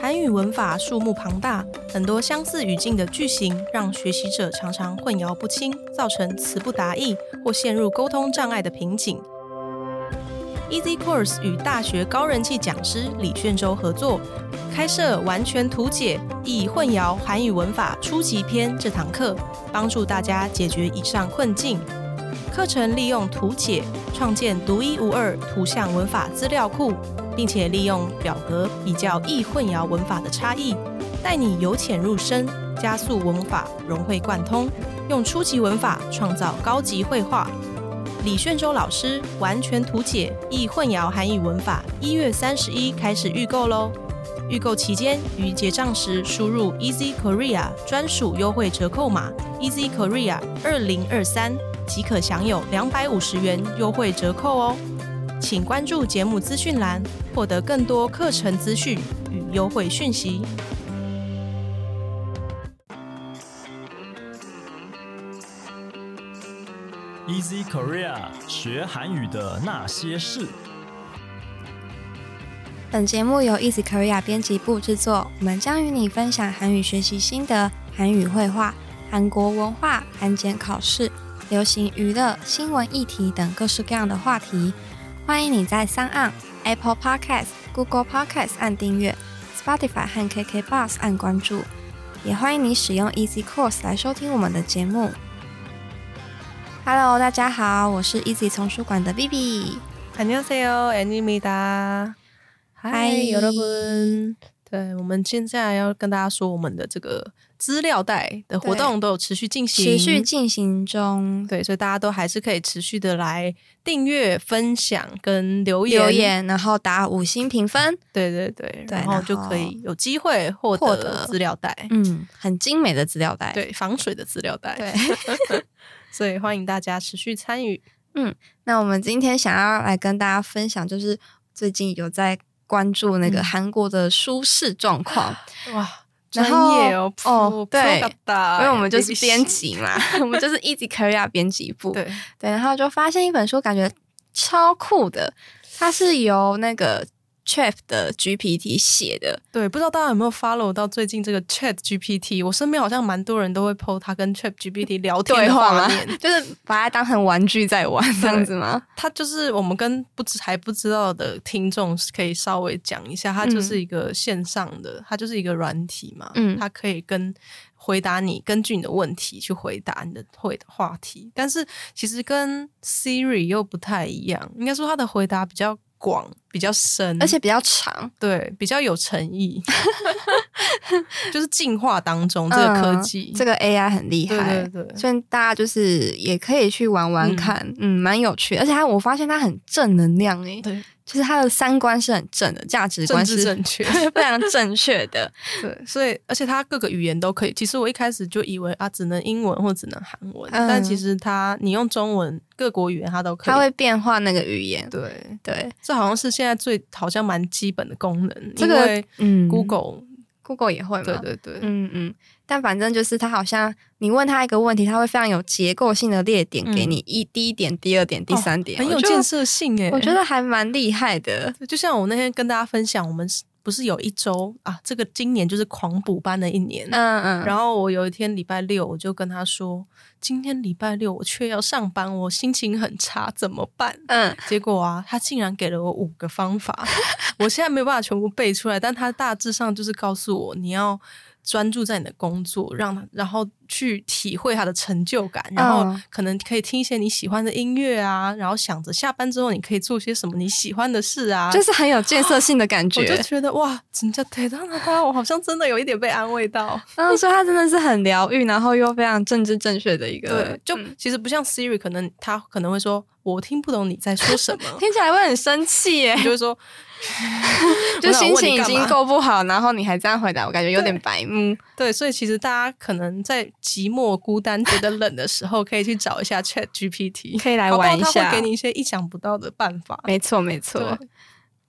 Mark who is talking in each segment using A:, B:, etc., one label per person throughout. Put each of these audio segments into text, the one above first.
A: 韩语文法数目庞大，很多相似语境的句型让学习者常常混淆不清，造成词不达意或陷入沟通障碍的瓶颈。Easy Course 与大学高人气讲师李炫洲合作，开设完全图解易混淆韩语文法初级篇这堂课，帮助大家解决以上困境。课程利用图解创建独一无二图像文法资料库，并且利用表格比较易混淆文法的差异，带你由浅入深，加速文法融会贯通，用初级文法创造高级绘画。李炫洲老师完全图解易混淆韩语文法，一月三十一开始预购喽。预购期间于结账时输入 Easy Korea 专属优惠折扣码 Easy Korea 二零二三，即可享有两百五十元优惠折扣哦。请关注节目资讯栏，获得更多课程资讯与优惠讯息。
B: Easy Korea 学韩语的那些事。
C: 本节目由 Easy Korea 编辑部制作，我们将与你分享韩语学习心得、韩语绘画、韩国文化、韩检考试、流行娱乐、新闻议题等各式各样的话题。欢迎你在三岸 Apple Podcast、Google Podcast 按订阅，Spotify 和 KK Bus 按关注，也欢迎你使用 Easy Course 来收听我们的节目。Hello，大家好，我是 Easy 丛书馆的 Vivi。
A: 안녕하세요，애니입니다。嗨，여러분。对，我们现在要跟大家说，我们的这个资料袋的活动都有持续进行，
C: 持续进行中，
A: 对，所以大家都还是可以持续的来订阅、分享跟留言，
C: 留言，然后打五星评分，
A: 对对对，
C: 对
A: 然
C: 然
A: 后
C: 后
A: 就可以有机会获
C: 获
A: 得
C: 得
A: 资料袋，
C: 嗯，很精美的资料袋。
A: 对，防水的资料袋，
C: 对，
A: 所以欢迎大家持续参与。
C: 那我们今天想要来跟大家分享，就是最近有在关注那个
A: 嗯
C: 韩国的舒适状 况，
A: 哇，
C: 然
A: 专
C: 后
A: 业哦，
C: 哦
A: pro-
C: 对
A: producta，
C: 因为我们就是
A: BBC
C: 编辑嘛， 我们就是 Easy Korea 啊编辑部，
A: 对，
C: 对，然后就发现一本书，感觉超酷的，它是由那个 Trap 的 GPT 写的，
A: 对，不知道大家有没有 follow 到最近这个 Chat GPT？我身边好像蛮多人都会 PO 他跟 Chat GPT 聊天
C: 对
A: 的
C: 话
A: 画
C: 吗
A: 面。？
C: 就是把它当成玩具在玩这样子吗？
A: 他就是我们跟不知还不知道的听众可以稍微讲一下，它就是一个线上的，它就是一个软体嘛，
C: 嗯
A: 它可以跟回答你，根据你的问题去回答你的会话题。但是其实跟 Siri 又不太一样，应该说它的回答比较广、比较深，
C: 而且比较长，
A: 对比较有诚 意，就是进化当中这个科技，
C: 嗯这个 AI 很厉
A: 对
C: 害，
A: 对对
C: 所以大家就是也可以去玩玩看，嗯，蛮、有趣的。而且它，我发现它很正能量诶、
A: 对
C: 就是它的三观是很正的，价值
A: 政
C: 观
A: 治
C: 是
A: 正确，
C: 非常正确 的。
A: 对，所以而且它各个语言都可以。其实我一开始就以为啊，只能英文或只能韩文，
C: 嗯
A: 但其实它你用中文各国语言它都可以。
C: 它会变化那个语言，
A: 对，
C: 对，
A: 这好像是现在最好像蛮基本的功能，
C: 这个
A: 因为
C: 嗯
A: Google，、
C: Google 也会嘛，
A: 对对对，
C: 嗯嗯，但反正就是它好像你问他一个问题，他会非常有结构性的列点给你，一第一点、第二点、第三点，
A: 嗯哦很有
C: 我就
A: 建设性诶。
C: 我觉得还蛮厉害的。
A: 对就像我那天跟大家分享，我们是不是有一周啊，这个今年就是狂补班的一年，
C: 嗯嗯，
A: 然后我有一天礼拜六，我就跟他说，今天礼拜六我却要上班，我心情很差，怎么办？
C: 嗯，
A: 结果啊，他竟然给了我五个方法， 我现在没有办法全部背出来，但他大致上就是告诉我，你要专注在你的工作，让他然后去体会他的成就感，然后
C: 嗯
A: 可能可以听一些你喜欢的音乐啊，然后想着下班之后你可以做些什么你喜欢的事啊，
C: 就是很有建设性的感
A: 我就
C: 觉。
A: 觉得哇，真的对，当然他我好像真的有一点被安慰到。
C: 嗯，所以它真的是很疗愈，然后又非常政治正确的一个
A: 对，，就
C: 嗯
A: 其实不像 Siri，可能他可能会说我听不懂你在说什 么，
C: 听起来会很生气耶，
A: 你，就会说
C: 就
A: 我想
C: 心
A: 问
C: 情
A: 你
C: 已
A: 干嘛
C: 经够不好，然后你还这样回答，我感觉有点
A: 对
C: 白目。
A: 对，所以其实大家可能在寂寞、孤单、觉得冷的时候，可以去找一下 Chat GPT，
C: 可以来
A: 搞不好
C: 玩一
A: 它
C: 下
A: 会给你一些意想不到的办法。
C: 没错，没错
A: 对。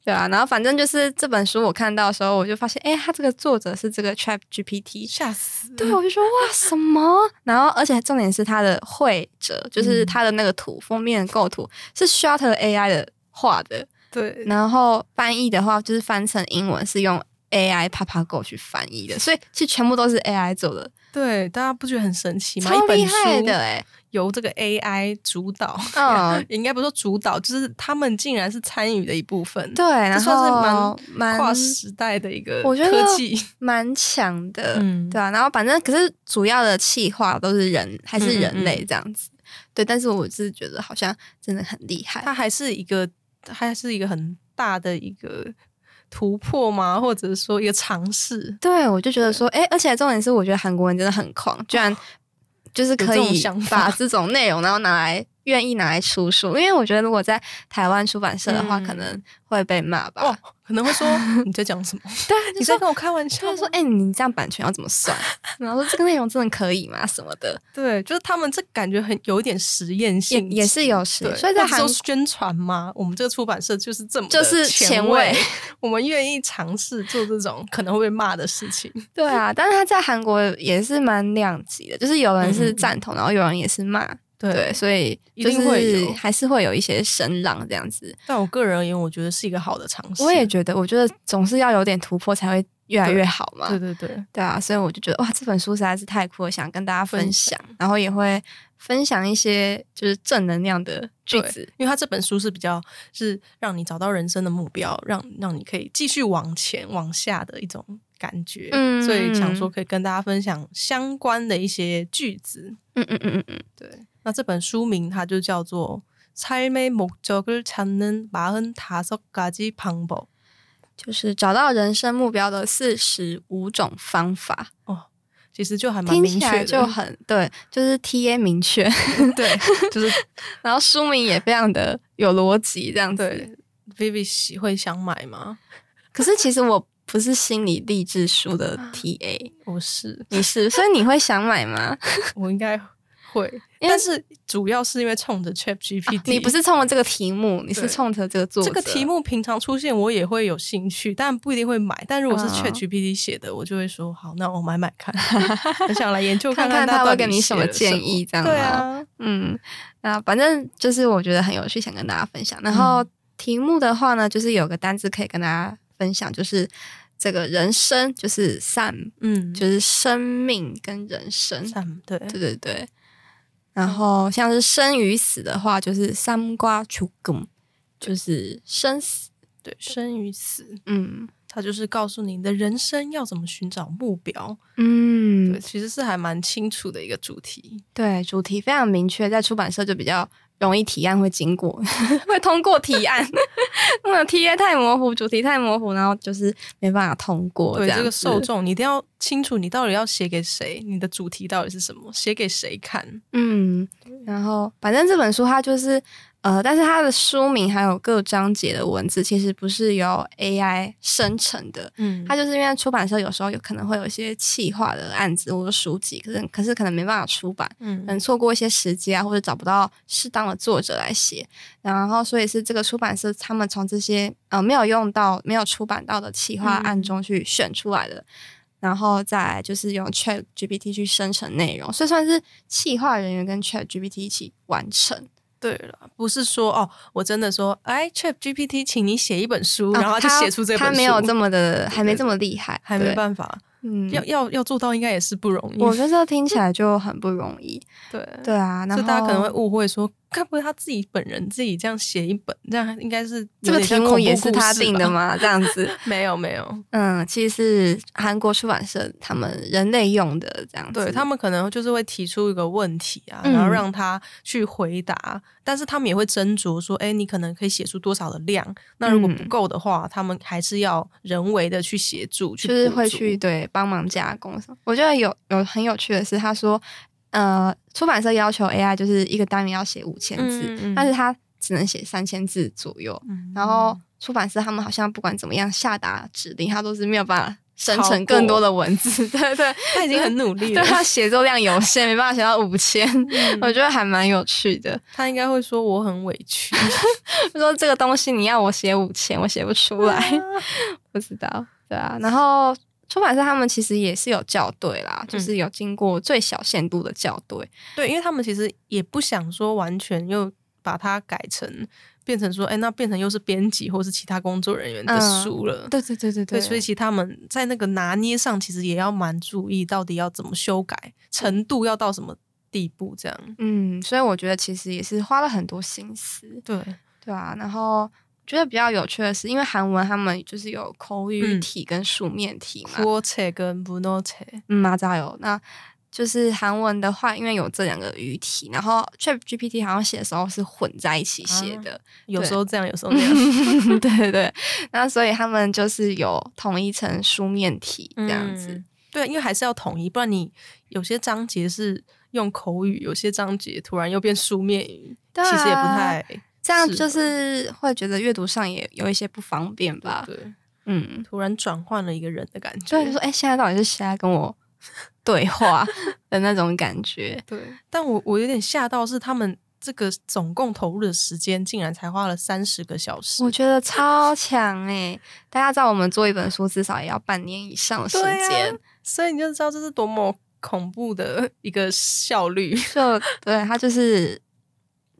C: 对啊，然后反正就是这本书我看到的时候，我就发现，哎、它这个作者是这个 Chat GPT，
A: 吓死！
C: 对，我就说哇什么？然后而且重点是它的绘者，就
A: 嗯
C: 是它的那个图封面的构图是 Shutter AI 的画的，
A: 对
C: 然后翻译的话就是翻成英文是用 AI 啪啪狗去翻译的，所以其实全部都是 AI 做的，
A: 对，大家不觉得很神奇吗？
C: 超
A: 一本
C: 厉
A: 书啊
C: 害的哎、
A: 由这个 AI 主导，
C: 嗯，
A: 应该不是说主导，就是他们竟然是参与的一部分，
C: 对，然
A: 这算是蛮
C: 后蛮
A: 跨时代的一个
C: 我觉得
A: 科 技，
C: 蛮强的，
A: 嗯
C: 对啊。然后反正可是主要的企划都是人，还是人
A: 嗯嗯
C: 类这样子。对，但是我是觉得好像真的很厉害。
A: 它还是一个，它还是一个很大的一个突破吗？或者说一个尝试？
C: 对，我就觉得说，哎、而且重点是，我觉得韩国人真的很狂，居然就是可
A: 有这种
C: 以
A: 想法
C: 把这种内容，然后拿来愿意拿来出书。因为我觉得如果在台湾出版社的话，
A: 嗯
C: 可能会被骂吧。
A: 哦，可能会说 你在讲什么？
C: 对啊，
A: 你
C: 就
A: 在
C: 说
A: 跟我开玩笑
C: 就
A: 吗？
C: 是说，哎、你这样版权要怎么算？然后说这个内容真的可以吗？什么 的，
A: 对，就是他们这感觉很有一点实验
C: 也
A: 性质，
C: 也是有实力，
A: 对，
C: 所以在
A: 或者
C: 韩
A: 说宣传嘛，我们这个出版社就是这么的
C: 就是
A: 前
C: 前卫
A: 我们愿意尝试做这种可能会被骂的事情。
C: 对啊，但是他在韩国也是蛮两极的，就是有人
A: 嗯
C: 是赞同，然后有人也是骂，对，，所以就
A: 一定会有
C: 是还是会有一些声浪这样子。
A: 但我个人而言，我觉得是一个好的尝试。
C: 我也觉得，我觉得总是要有点突破才会越来越好嘛。
A: 对对对，
C: 对啊，所以我就觉得哇，这本书实在是太酷了，想跟大家分享，然后也会分享一些就是正能量的句
A: 对
C: 子。
A: 因为他这本书是比较是让你找到人生的目标，让让你可以继续往前往下的一种感觉。
C: 嗯
A: 所以想说可以跟大家分享相关的一些句子。
C: 嗯嗯嗯嗯嗯，
A: 对，那这本书名它就叫做《삶의목적을찾는45가지방법》。
C: 就是找到人生目标的四十五种方法，
A: 其实就还蛮
C: 听
A: 明
C: 起
A: 确
C: 来
A: 的，
C: 就很对，就是 T A 明确。
A: 对， 就是
C: 然后书名也非常的有逻辑，这样子。
A: 对。Vivi 喜会想买吗？
C: 可是其实我不是心理励志书的 TA，
A: 我是，
C: 你是，所以你会想买吗？
A: 我应该会，但是主要是因为冲着 Chat GPT，、
C: 你不是冲着这个题目，你是
A: 对
C: 冲着这个作者
A: 这个题。目平常出现，我也会有兴趣，但不一定会买。但如果是
C: 嗯
A: Chat GPT 写的，我就会说好，那我买买 看，很想来研究
C: 看
A: 看
C: 看他
A: 到
C: 会
A: 底
C: 给你
A: 写
C: 什么
A: 了
C: 建议，这样吗？
A: 对啊，
C: 嗯，那反正就是我觉得很有趣，想跟大家分享。然后
A: 嗯
C: 题目的话呢，就是有个单字可以跟大家分享，就是这个人生，就是善，
A: 嗯，
C: 就是生命跟人生。
A: 三对，
C: 对对对。然后像是生与死的话，就是三瓜出梗，就是生死。
A: 对，生与死，
C: 嗯
A: 它就是告诉你的人生要怎么寻找目标。对，
C: 嗯，
A: 其实是还蛮清楚的一个主题。
C: 对，主题非常明确，在出版社就比较容易提案会经过， 会通过提案。 那 T A 太模糊，主题太模糊，然后就是没办法通过。
A: 对
C: 这样
A: 这个
C: 子
A: 受，众，你一定要清楚你到底要写给谁，你的主题到底是什么，写给谁看。
C: 嗯，然后反正这本书它就是。呃，但是它的书名还有各章节的文字，其实不是由 AI 生成的，
A: 嗯
C: 他就是因为出版社有时候有可能会有一些企划的案子或者书籍，可是可是可能没办法出版，可能
A: 嗯
C: 错过一些时机啊，或者找不到适当的作者来写，然后所以是这个出版社他们从这些呃没有用到、没有出版到的企
A: 嗯
C: 划案中去选出来的，然后再来就是用 Chat GPT 去生成内容，所以算是企划人员跟 Chat GPT 一起完成。
A: 对了，不是说哦，我真的说，哎，Chat GPT，请你写一本书，然后
C: 啊
A: 他就
C: 他
A: 写出这本书，
C: 他没有这
A: 么
C: 么的，还没这么厉害，
A: 还没
C: 对
A: 办法，
C: 嗯
A: 要要要做到应该也是不容易。
C: 我觉得听起来就很不容易，
A: 对
C: 对，啊，然
A: 所
C: 后
A: 以嗯大家可能会误会说，该不会他自己本人自己这样写一本，这样应该是有
C: 这个
A: 点
C: 题
A: 像恐
C: 目
A: 怖
C: 也是他
A: 故事
C: 定的
A: 吧？
C: 吗？这样子，
A: 没有没有，
C: 嗯，其实是韩国出版社他们人类用的这样子，
A: 对他们可能就是会提出一个问题啊，
C: 嗯
A: 然后让他去回答，但是他们也会斟酌说，哎，你可能可以写出多少的量？那如果不
C: 嗯
A: 够的话，他们还是要人为的去协助，去
C: 就是
A: 补
C: 会
A: 足
C: 去对帮忙加工什么。我觉得有有很有趣的是，他说，呃，出版社要求 AI 就是一个单元要写五千
A: 嗯
C: 字，
A: 嗯嗯
C: 但是他只能写三千字左右，
A: 嗯
C: 然后出版社他们好像不管怎么样下达指令，他都是没有办法生
A: 超
C: 成
A: 过
C: 更多的文字， 对对，
A: 他已经很努力了 嗯
C: 对，他写作量有限，没办法写到五千，我觉得还蛮有趣的。
A: 他应该会说我很委 屈。
C: 他说这个东西你要我写五千，我写不出来， 不知道，对啊。然后出版社他们其实也是有校对啦，就是有经过最小限度的校对，
A: 对，因为他们其实也不想说完全又把它改成变成说，哎、那变成又是编辑或是其他工作人员的
C: 嗯
A: 书了。
C: 对对对对
A: 对，所以其实他们在那个拿捏上，其实也要蛮注意，到底要怎么修改，程度要到什么地步，这样。
C: 嗯，所以我觉得其实也是花了很多心思，
A: 对，
C: 对啊。然后觉得比较有趣的是，因为韩文他们就是有口语
A: 嗯
C: 体跟书面体嘛，
A: 国切跟不诺切，
C: 嗯，马扎有那。就是韩文的话，因为有这两个语体，然后 Chat GPT 好像写的时候是混在一起写
A: 啊
C: 的，
A: 有
C: 对
A: 时候这样，有时候那样。
C: 对对对，那所以他们就是有统一成书面体这 样子。
A: 嗯对，因为还是要统一，不然你有些章节是用口语，有些章节突然又变书面语，
C: 对
A: 其实也不
C: 啊
A: 太
C: 这样
A: 适合
C: 就是会觉得阅读上也有一些不方便吧？
A: 对，
C: 嗯，
A: 突然转换了一个人的感觉。
C: 所以就说，哎、现在到底是谁在跟我 对话的那种感觉？
A: 对，但我我有点吓到，是他们这个总共投入的时间竟然才花了三十个小时。
C: 我觉得超强哎、大家知道我们做一本书至少也要半年以上的时
A: 对啊
C: 间，
A: 所以你就知道这是多么恐怖的一个效率。
C: 就对他就是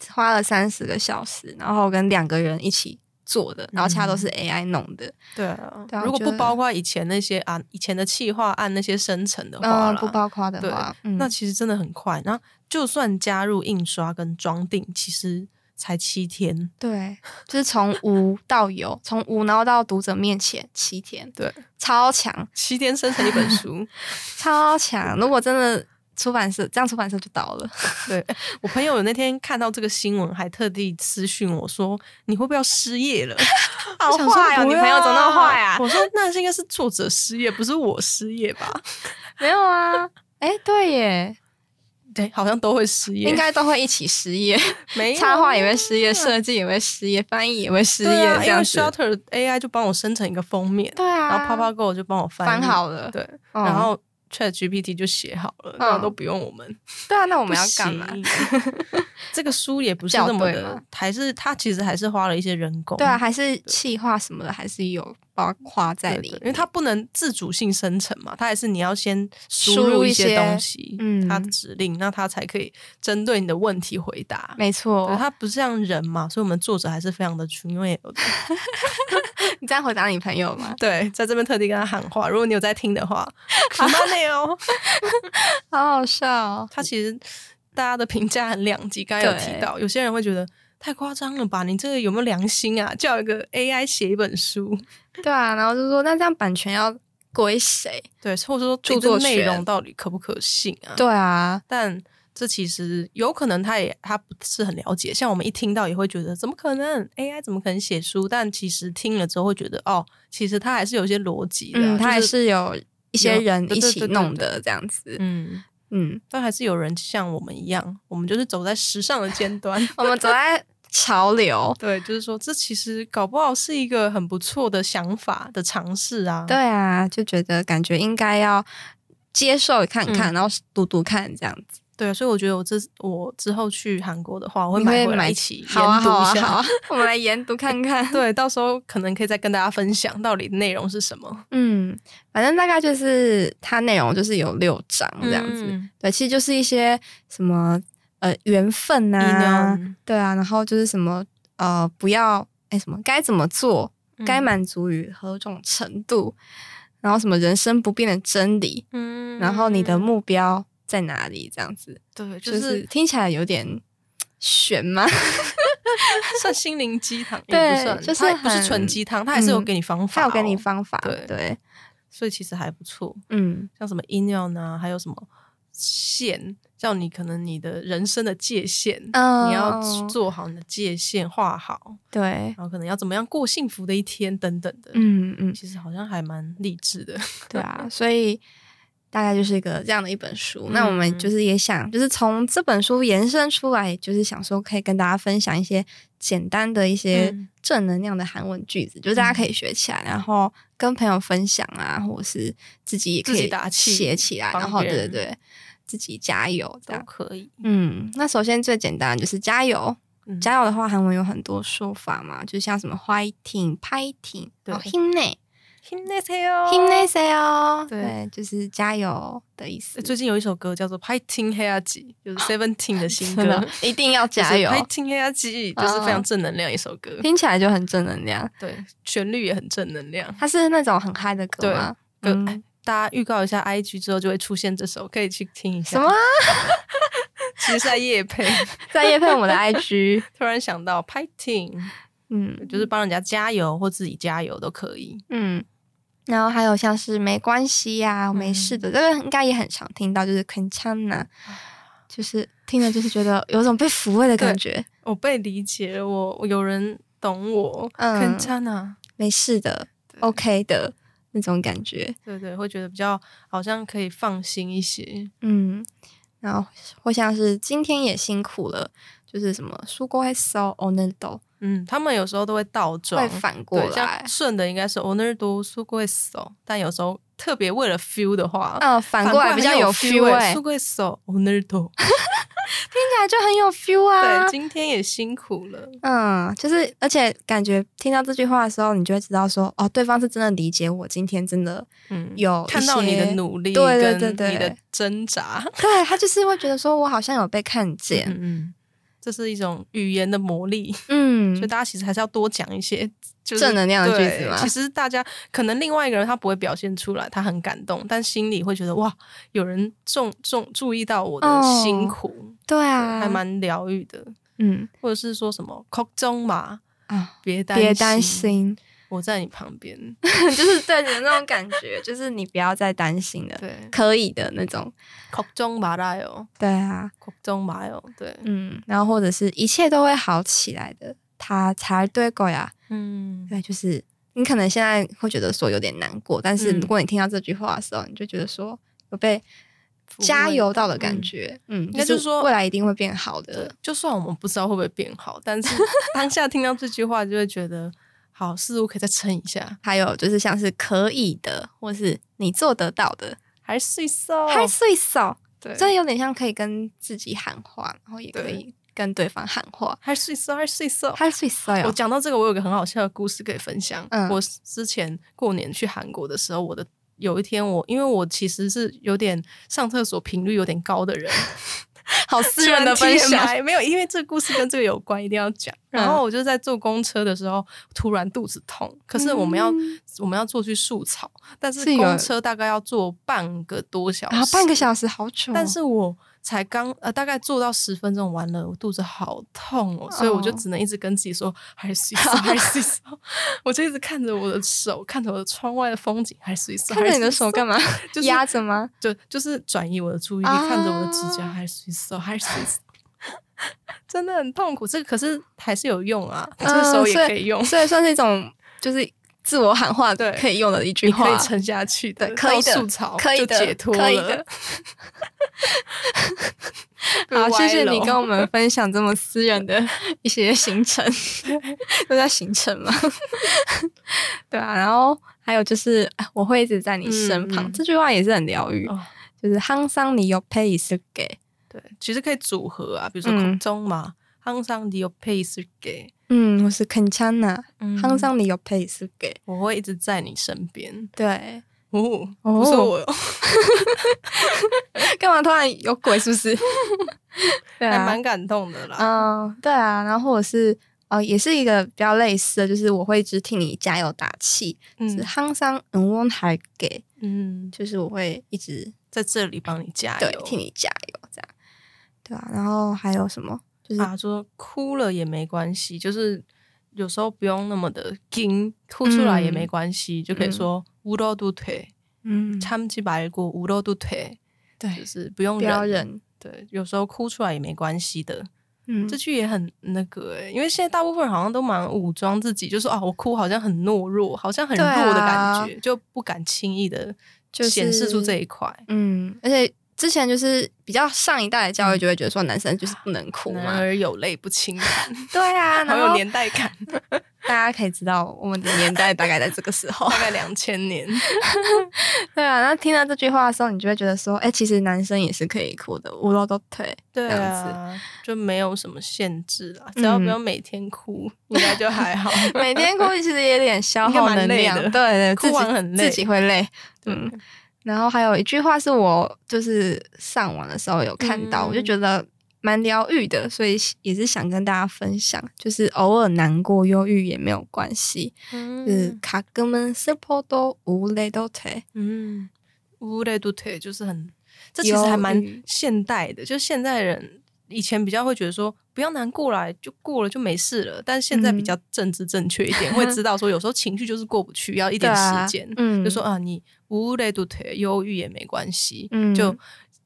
C: 花了三十个小时，然后跟两个人一起做的，然后其他都是
A: 嗯
C: AI 弄的。
A: 对啊
C: 对啊
A: 如
C: 我
A: 果
C: 觉
A: 不
C: 得
A: 包括以前那些啊，以前的气化案那些生成的话
C: 嗯，
A: 啦
C: 不包括的
A: 对
C: 话，嗯
A: 那其实真的很快。然后就算加入印刷跟装订，其实才七天。
C: 对，就是从无到有，从无然后到读者面前七天，
A: 对，
C: 超强，
A: 七天生成一本 书。
C: 超强！如果真的出版社这样，出版社就倒了。
A: 对我朋友有那天看到这个新闻，还特地私讯我说：“你会不会要失业了？” 啊
C: 好
A: 我想说
C: 坏哦
A: 不
C: 你
A: 要
C: 朋友怎么那么坏啊
A: 我说：“那是应该是作者失业，不是我失业吧
C: 没有 啊，哎、对耶，？”
A: 对，好像都会失业，
C: 应该都会一起失业，
A: 没有
C: 插画也会
A: 啊
C: 失业，设计也会失业，翻译也会失业，
A: 对啊，
C: 这
A: 因为
C: 样子。
A: Shutter AI 就帮我生成一个封面，
C: 对啊，
A: 然后 PapaGo 就帮我翻
C: 翻
A: 译，
C: 好了，
A: 对，
C: 嗯
A: 然后 Chat GPT 就写好了，那
C: 嗯
A: 都不用我们。
C: 对啊，那我
A: 我
C: 们要干嘛？？
A: 这个书也不是
C: 校
A: 那么
C: 对
A: 的
C: 吗，
A: 还是它其实还是花了一些人工。
C: 对啊，还是气化什么的，还是有包括在
A: 对
C: 里
A: 对因
C: 面，
A: 为它不能自主性生成嘛，它还是你要先
C: 输
A: 输
C: 入
A: 入
C: 一
A: 一
C: 些
A: 些东西，
C: 嗯
A: 它的指令，那它才可以针对你的问题回答。
C: 没错
A: 对，。它不像人嘛，所以我们作者还是非常的群位。
C: 你这样回答你朋友吗？
A: 对，在这边特地跟他喊话，如果你有在听的 话，苦难内哦。
C: 好好笑、哦。
A: 他其实大家的评价很两极，刚才有提到，有些人会觉得太夸张了吧，你这个有没有良心啊？叫一个 AI 写一本书，
C: 对啊，然后就说那这样版权要归谁？
A: 对，或者说
C: 著作
A: 这内
C: 权
A: 容到底可不可信啊？，
C: 对啊，
A: 但这其实有可能他也他不是很了解，像我们一听到也会觉得怎么可能 AI 怎么可能写书？但其实听了之后会觉得哦，其实他还是有一些逻辑的啊、
C: 嗯，他还
A: 就是
C: 有一些
A: 有
C: 人
A: 对
C: 一
A: 对
C: 起
A: 对对
C: 弄
A: 对
C: 的这样子。
A: 嗯。
C: 嗯，
A: 但还是有人像我们一样，我们就是走在时尚的尖端。。
C: 我们走在潮流
A: 对，就是说，这其实搞不好是一个很不错的想法的尝试啊。
C: 对，啊，就觉得感觉应该要接受看
A: 嗯
C: 看，然后读读看这样子。
A: 对，所以我觉得我这我之后去韩国的话，我会
C: 你
A: 买
C: 会
A: 回来
C: 买
A: 一起研
C: 好啊，
A: 读
C: 好
A: 一
C: 啊，
A: 下。
C: 好啊， 我们来研读看看。
A: 对，到时候可能可以再跟大家分享到底内容是什么。
C: 嗯，反正大概就是它内容就是有六章这样子。
A: 嗯
C: 对，其实就是一些什么呃缘分啊，
A: Inyon
C: 对啊，然后就是什么呃不要哎什么该怎么做，
A: 嗯
C: 该满足于何种程度，然后什么人生不变的真理，
A: 嗯
C: 然后你的目标在哪里，这样子，
A: 对，
C: 就、
A: 就是是
C: 听起来有点玄嘛，
A: 算心灵鸡汤，也
C: 对
A: 不算，
C: 就是
A: 它不是
C: 很
A: 纯鸡汤，它还是有
C: 嗯
A: 给你方法、哦
C: 他有给你，方法，
A: 对
C: 对，
A: 所以其实还不错。
C: 嗯，
A: 像什么 i n o n 啊，还有什么线，叫你可能你的人生的界限，
C: 嗯
A: 你要做好你的界限，画好，
C: 对，
A: 然后可能要怎么样过幸福的一天等等的。，
C: 嗯嗯，
A: 其实好像还蛮励志的。
C: 对 啊，所以大概就是一个这样的一本书。那我
A: 嗯
C: 们就是也想，就是从这本书延伸出来，就是想说可以跟大家分享一些简单的一些
A: 嗯
C: 正能量的韩文句子，就是大家可以学起来，然后跟朋友分享啊，或者是自己也可
A: 自己
C: 以
A: 打气
C: 写起来，
A: 帮
C: 然后对
A: 别
C: 对
A: 人哦
C: 对，自己加油这样。
A: 可以，
C: 啊嗯，那首先最简单的就是加油。
A: 嗯
C: 加油的话，韩文有很多说法嘛，就像什么 fighting、fighting、
A: 对
C: h i n n
A: 힘내세요.
C: 힘내세요，
A: 对
C: 对，就是加油的意思。
A: 最近有一首歌叫做《Fighting h e a j i 就是 Seventeen 的新歌
C: 真，的 一定要加油，嗯
A: Fighting h e a j i 就是非常正能量一首歌，
C: 听起来就很正能量。
A: 对，旋律也很正能量。
C: 它是那种很嗨的歌吗？
A: 歌
C: 嗯
A: 哎大家预告一下，IG 之后就会出现这首，可以去听一下。
C: 什么？
A: 其实是在夜配，
C: 在叶配我们 的 IG，
A: 突然想到 Fighting，
C: 嗯，
A: 就是帮人家加油或自己加油都可以。
C: 嗯，然后还有像是没关系呀、没事
A: 嗯
C: 的，这个应该也很常听到，就是 c o n t a n a
A: 啊
C: 就是听了就是觉得有种被抚慰的感觉，
A: 我被理解了，我我有人懂我，
C: 嗯
A: 看灿啊，
C: 没事的
A: 对
C: ，OK 的那种感觉，
A: 对对，会觉得比较好像可以放心一些。
C: 嗯，然后或像是今天也辛苦了，就是什么수고했어오늘도
A: 嗯，他们有时候都会倒
C: 哦会
A: 装。
C: 反过
A: 对，
C: 来
A: 像，顺的应该是 owner do s u g u e s o 但有时候特别为了 feel 的话，
C: 嗯，反过来比较有 feel，
A: s
C: 哎、
A: u
C: 听
A: g u e s o owner do，
C: 起来就很有 feel 啊，
A: 对，今天也辛苦了。
C: 嗯，就是，而且感觉听到这句话的时候，你就会知道说，哦，对方是真的理解我今天真的，
A: 嗯，
C: 有一
A: 看到你的
C: 些
A: 努力，
C: 对对对
A: 你的
C: 对
A: 挣扎，
C: 对他就是会觉得说我好像有被看见，
A: 嗯嗯，这是一种语言的魔力，
C: 嗯
A: 所以大家其实还是要多讲一些。就是、
C: 正能量的句子
A: 对
C: 吗
A: 其实大家可能另外一个人他不会表现出来，他很感动，但心里会觉得哇，有人重重注意到我的
C: 哦
A: 辛苦，
C: 对
A: 对
C: 啊，
A: 还蛮疗愈的。
C: 嗯
A: 或者是说什么“口中嘛，
C: 啊，
A: 别担
C: 别担，心，
A: 我在你旁边。
C: 就是对你的那种感觉，就是你不要再担心”了，
A: 对，
C: 可以的那种，
A: 口中嘛啦哟，
C: 对啊，
A: 口中嘛哟，对，
C: 嗯，然后或者是一切都会好起来的，他才对狗呀，
A: 嗯，
C: 对，就是你可能现在会觉得说有点难过，但是
A: 嗯
C: 如果你听到这句话的时候，你就觉得说有被
A: 抚
C: 加
A: 慰
C: 油
A: 到
C: 到的感
A: 嗯
C: 觉，嗯，
A: 应该就是说
C: 未来一定会变好
A: 对
C: 的，，
A: 就算我们不知道会不会变好，但 是当下听到这句话就会觉得，好，似乎可以再撑一下，
C: 还有就是像是可以的，或是你做得到的，
A: 还是睡瘦，
C: 还睡少，
A: 哦对，
C: 这有点像可以跟自己喊话，然后也可
A: 对
C: 以跟对方喊话，
A: 还睡瘦，还哎睡瘦。
C: 还睡少
A: 我
C: 哟，
A: 讲到这个，我有个很好笑的故事可以分享。
C: 嗯
A: 我之前过年去韩国的时候，我的有一天我，因为我其实是有点上厕所频率有点高的人，
C: 好私人的分
A: 居然
C: 享，嗯
A: TMI 没有，因为这个故事跟这个有关，一定要讲。然后我就在坐公车的时候，突然肚子痛，可是我们要、
C: 嗯
A: 我们要坐去树草，但是
C: 是一个
A: 公车大概要坐半个多小时，
C: 啊，半个小时好久哦，
A: 但是我才刚呃，大概坐到十分钟，完了，我肚子好痛哦，所以我就
C: 哦
A: 只能一直跟自己说，还是还是 我就一直看着我的手，看着我的窗外的风景，还是
C: 看着你的手干嘛？
A: 就是
C: 压着吗？
A: 就就是转移我的注意力，
C: 啊
A: 看着我的指甲，还是手，还 是手，真的很痛苦。这个可是还是有用啊， 这个时候也可以 用，
C: 呃嗯所以算是一种就是自我喊话
A: 对
C: 可以 用的一句
A: 你可
C: 话
A: 以，撑下去的，
C: 对可以的
A: 到树草
C: 可以
A: 就
C: 的，
A: 解脱
C: 可以
A: 了
C: 的。。 好，谢谢你跟
A: 我。
C: 我们分享这么私人的 一些 行程，都在行程嘛。 对啊，然后还有就是，哎我会一直在你身旁，
A: 嗯嗯
C: 这句话也是很疗愈，
A: 哦
C: 就是항상네옆에있을게。
A: 对，其实可以组合啊，比如说
C: 嗯
A: 空中嘛，항상네옆에있을게，
C: 嗯，我是肯찬나，
A: 嗯
C: 항상네옆에있을게。
A: 我会一直在你身边。
C: 对，
A: 哦，
C: 哦
A: 不是我，
C: 干嘛突然有鬼是 不是？对
A: 还
C: 啊，
A: 蛮感动的啦。
C: 嗯，对啊，然后或者是呃，也是一个比较类似的，就是我会一直替你加油打气，是
A: 嗯
C: 항상응원할게，
A: 嗯，
C: 就是我会一直
A: 在这里帮你加油。
C: 对替你加油这样，对啊，然后还有什么？就是、
A: 啊，说哭了也没关系，就是有时候不用那么的惊，哭出来也没关系，就可以说无肉度腿，
C: 嗯，
A: 참지말고无肉度腿，就
C: 对，
A: 是不用
C: 不要忍，
A: 对，有时候哭出来也没关系的。
C: 嗯，
A: 这句也很那个欸，因为现在大部分人好像都蛮武装自己，就说啊，我哭好像很懦弱，好像很
C: 对
A: 弱的感
C: 啊
A: 觉，就不敢轻易的
C: 就是
A: 显示出这一块。
C: 嗯，而且之前就是比较上一代的教育就会觉得说男生就是不能哭
A: 嗯 男
C: 嘛，
A: 儿有泪不 轻弹，
C: 对啊，
A: 好
C: 然
A: 有
C: 后
A: 年代 感，
C: 大家可以知道我们的年代大概在这个时候
A: 大概两千年。
C: 对啊，然后听到这句话的时候，你就会觉得说，哎、其实男生也是可以哭的，无路都退。
A: 对
C: 这样子嗯
A: 啊，就没有什么限制啦，只要不要每天哭，应该就还 好。
C: 每天哭其实也有点消耗能
A: 应该
C: 量，
A: 蛮累的
C: 对 对，
A: 哭完很累
C: 自己，自己会累。
A: 对
C: 嗯，然后还有一句话是我就是上网的时候有看到，
A: 嗯
C: 我就觉得蛮疗愈的，所以也是想跟大家分享，就是偶尔难过、忧郁也没有关系，就是
A: 嗯
C: 卡哥们 simple 都无泪都退。
A: 嗯，乌雷杜腿就是很，这其实
C: 忧
A: 还蛮
C: 郁
A: 现代的，就现代人以前比较会觉得说不要难过啦，就过了就没事了，但是现在比
C: 嗯
A: 较政治正确一点，会知道说有时候情绪就是过不去，要一点
C: 对啊
A: 时间。
C: 嗯
A: 就说啊，你无泪独腿，忧郁也没关系，
C: 嗯
A: 就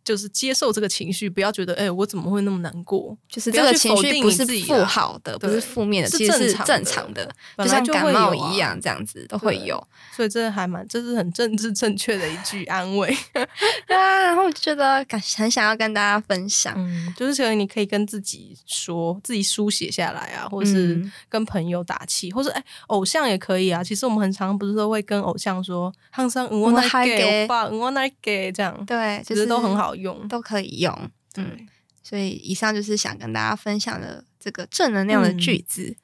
A: 就是接受这个情绪，不要觉得哎、我怎么会那么难过？
C: 就是
A: 不
C: 这
A: 要
C: 个
A: 去
C: 情
A: 否
C: 绪
A: 定
C: 不
A: 你
C: 是
A: 自己
C: 不
A: 啦
C: 好的，不
A: 对
C: 是负面的，
A: 是
C: 其实是
A: 正常
C: 正
A: 的
C: 常的，就
A: 本来
C: 像
A: 就
C: 感
A: 会
C: 冒
A: 有啊
C: 一样，这样子都会有。
A: 所以这还蛮，这是很政治正确的一句安慰。
C: 对啊，然后我就觉得感很想要跟大家分享。
A: 嗯，就是可能你可以跟自己说，自己书写下来啊，或是
C: 嗯
A: 跟朋友打气，或是哎、偶像也可以啊。其实我们很常不是都会跟偶像说“항상응원할게오빠응원할게”这样，
C: 对，就
A: 其实
C: 是
A: 都很好用。
C: 都可以用。嗯
A: 嗯，
C: 所以以上就是想跟大家分享的这个正能量的句子。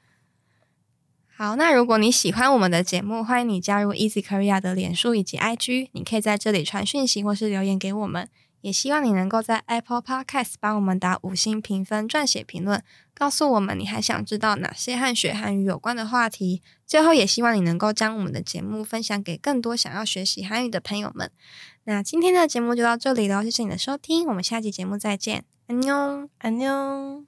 C: 好，那如果你喜欢我们的节目，欢迎你加入 Easy Korea 的脸书以及 IG，你可以在这里传讯息或是留言给我们。也希望你能够在 Apple Podcast 帮我们打五星评分、撰写评论，告诉我们你还想知道哪些和学韩语有关的话题。最后，也希望你能够将我们的节目分享给更多想要学习韩语的朋友们。那今天的节目就到这里了，谢谢你的收听，我们下期节目再见，安妞。
A: 安妞。